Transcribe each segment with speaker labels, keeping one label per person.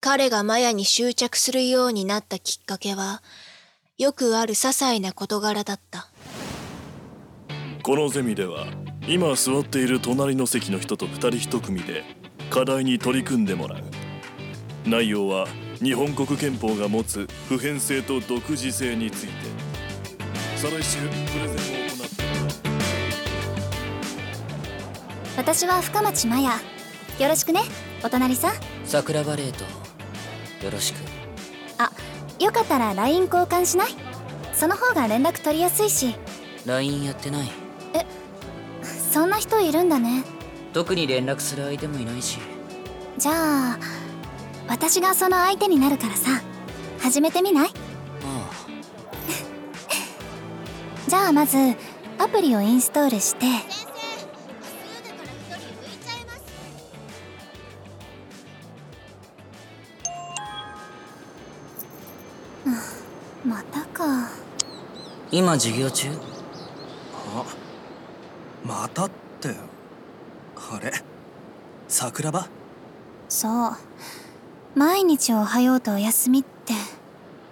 Speaker 1: 彼がマヤに執着するようになったきっかけは、よくある些細な事柄だった。
Speaker 2: このゼミでは今座っている隣の席の人と2人1組で課題に取り組んでもらう内容は日本国憲法が持つ普遍性と独自性について再来週プレゼンを行ってもらう
Speaker 3: 私は深町麻也よろしくねお隣さん
Speaker 4: 桜バレーとよろしく
Speaker 3: あよかったら LINE 交換しないその方が連絡取りやすいし
Speaker 4: LINE やってない
Speaker 3: そんな人いるんだね
Speaker 4: 特に連絡する相手もいないし
Speaker 3: じゃあ私がその相手になるからさ始めてみない
Speaker 4: あ
Speaker 3: じゃあまずアプリをインストールしてうんまたか
Speaker 4: あ今授業中
Speaker 5: あまたってあれ桜庭
Speaker 3: そう毎日おはようとおやすみって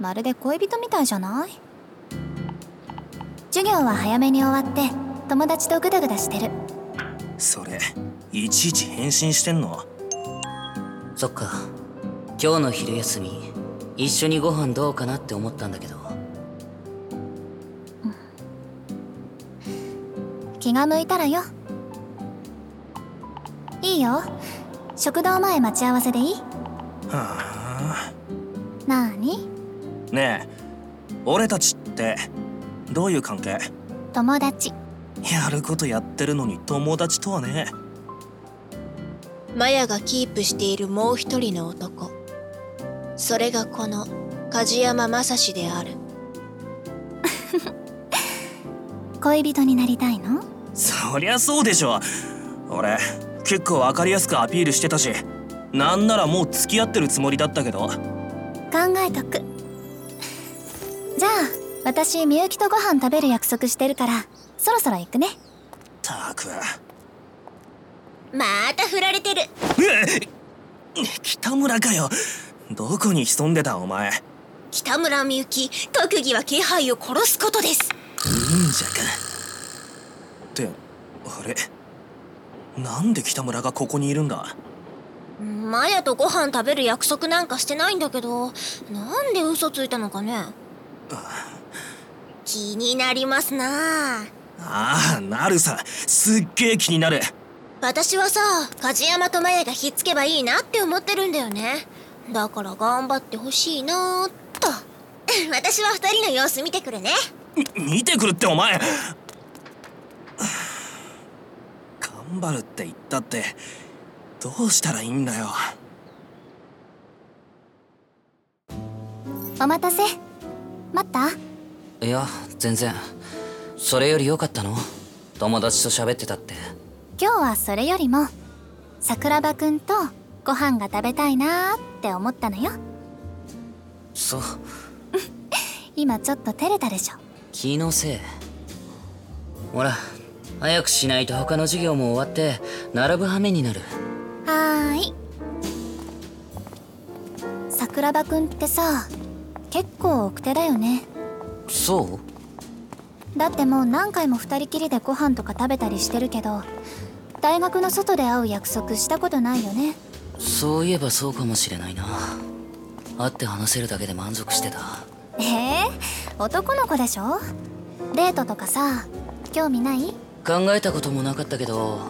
Speaker 3: まるで恋人みたいじゃない授業は早めに終わって友達とグダグダしてる
Speaker 5: それいちいち返信してんの
Speaker 4: そっか今日の昼休み一緒にご飯どうかなって思ったんだけど
Speaker 3: 気が向いたらよいいよ食堂前待ち合わせでいい
Speaker 5: はあ
Speaker 3: なーに
Speaker 5: ねえ俺たちってどういう関係
Speaker 3: 友達
Speaker 5: やることやってるのに友達とはね
Speaker 1: マヤがキープしているもう一人の男。それがこの梶山正史である。
Speaker 3: 恋人になりたいの
Speaker 5: そりゃそうでしょ俺結構分かりやすくアピールしてたしなんならもう付き合ってるつもりだったけど
Speaker 3: 考えとくじゃあ私みゆきとご飯食べる約束してるからそろそろ行くね
Speaker 5: たく
Speaker 3: また振られてる
Speaker 5: 北村かよどこに潜んでたお前
Speaker 1: 北村みゆき、特技は気配を殺すことです。
Speaker 5: 忍者かってあれなんで北村がここにいるんだ
Speaker 1: マヤとご飯食べる約束なんかしてないんだけど、なんで嘘ついたのかね。気になりますなあ
Speaker 5: ああなるさすっげえ気になる
Speaker 1: 私はさ、梶山とマヤがひっつけばいいなって思ってるんだよね。だから頑張ってほしいなーっと。 私は二人の様子見てくるね。
Speaker 5: み見てくるってお前は あ頑張るって言ったってどうしたらいいんだよ
Speaker 3: お待たせ待った
Speaker 4: いや全然それより良かったの友達と喋ってたって
Speaker 3: 今日はそれよりも桜庭くんとご飯が食べたいなーって思ったのよ
Speaker 4: そう
Speaker 3: 今ちょっと照れたでしょ
Speaker 4: 気のせいほら早くしないと他の授業も終わって並ぶ羽目になる
Speaker 3: はーい桜庭くんってさ結構奥手だよね
Speaker 4: そう
Speaker 3: だってもう何回も二人きりでご飯とか食べたりしてるけど大学の外で会う約束したことないよね
Speaker 4: そういえばそうかもしれないな会って話せるだけで満足してた
Speaker 3: えー、男の子でしょデートとかさ興味ない
Speaker 4: 考えたこともなかったけど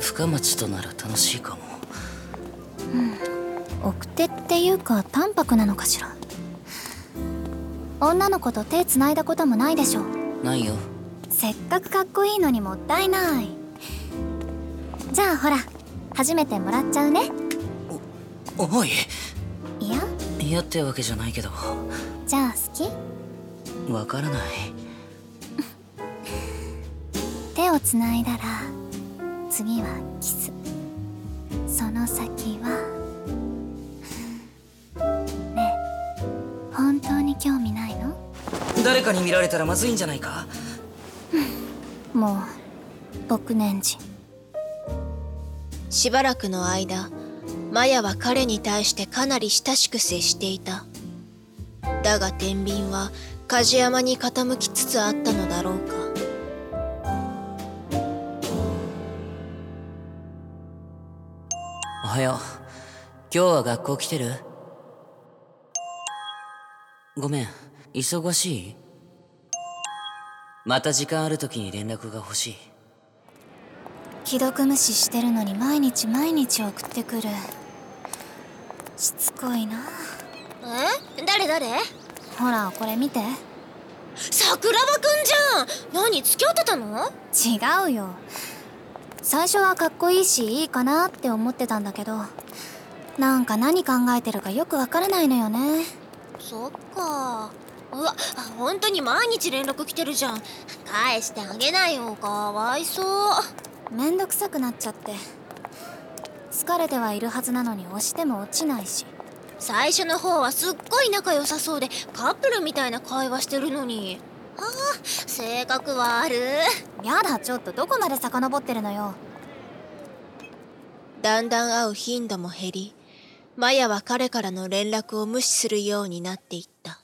Speaker 4: 深町となら楽しいかも
Speaker 3: 奥手っていうか淡白なのかしら女の子と手繋いだこともないでしょ
Speaker 4: ないよ
Speaker 3: せっかくかっこいいのにもったいないじゃあほら初めてもらっちゃうね
Speaker 4: おい
Speaker 3: いや
Speaker 4: 嫌ってわけじゃないけど
Speaker 3: じゃあ好き
Speaker 4: わからない
Speaker 3: 手をつないだら次はキスその先はねえ本当に興味ないの
Speaker 4: 誰かに見られたらまずいんじゃないか
Speaker 3: もう僕年人
Speaker 1: しばらくの間マヤは彼に対してかなり親しく接していただが天秤は梶山に傾きつつあったのだろうか
Speaker 4: おはよう今日は学校来てるごめん忙しいまた時間ある時に連絡が欲しい
Speaker 3: 既読無視してるのに毎日毎日送ってくるしつこいな
Speaker 1: え誰誰
Speaker 3: ほらこれ見て
Speaker 1: 桜庭くんじゃん何付き合ってたの
Speaker 3: 違うよ最初はかっこいいしいいかなって思ってたんだけどなんか何考えてるかよくわからないのよね
Speaker 1: そっかうわあ本当に毎日連絡来てるじゃん返してあげないよかわいそう
Speaker 3: めんどくさくなっちゃって疲れてはいるはずなのに押しても落ちないし
Speaker 1: 最初の方はすっごい仲良さそうでカップルみたいな会話してるのにああ性格はある
Speaker 3: やだちょっとどこまで遡ってるのよ
Speaker 1: だんだん会う頻度も減りマヤは彼からの連絡を無視するようになっていった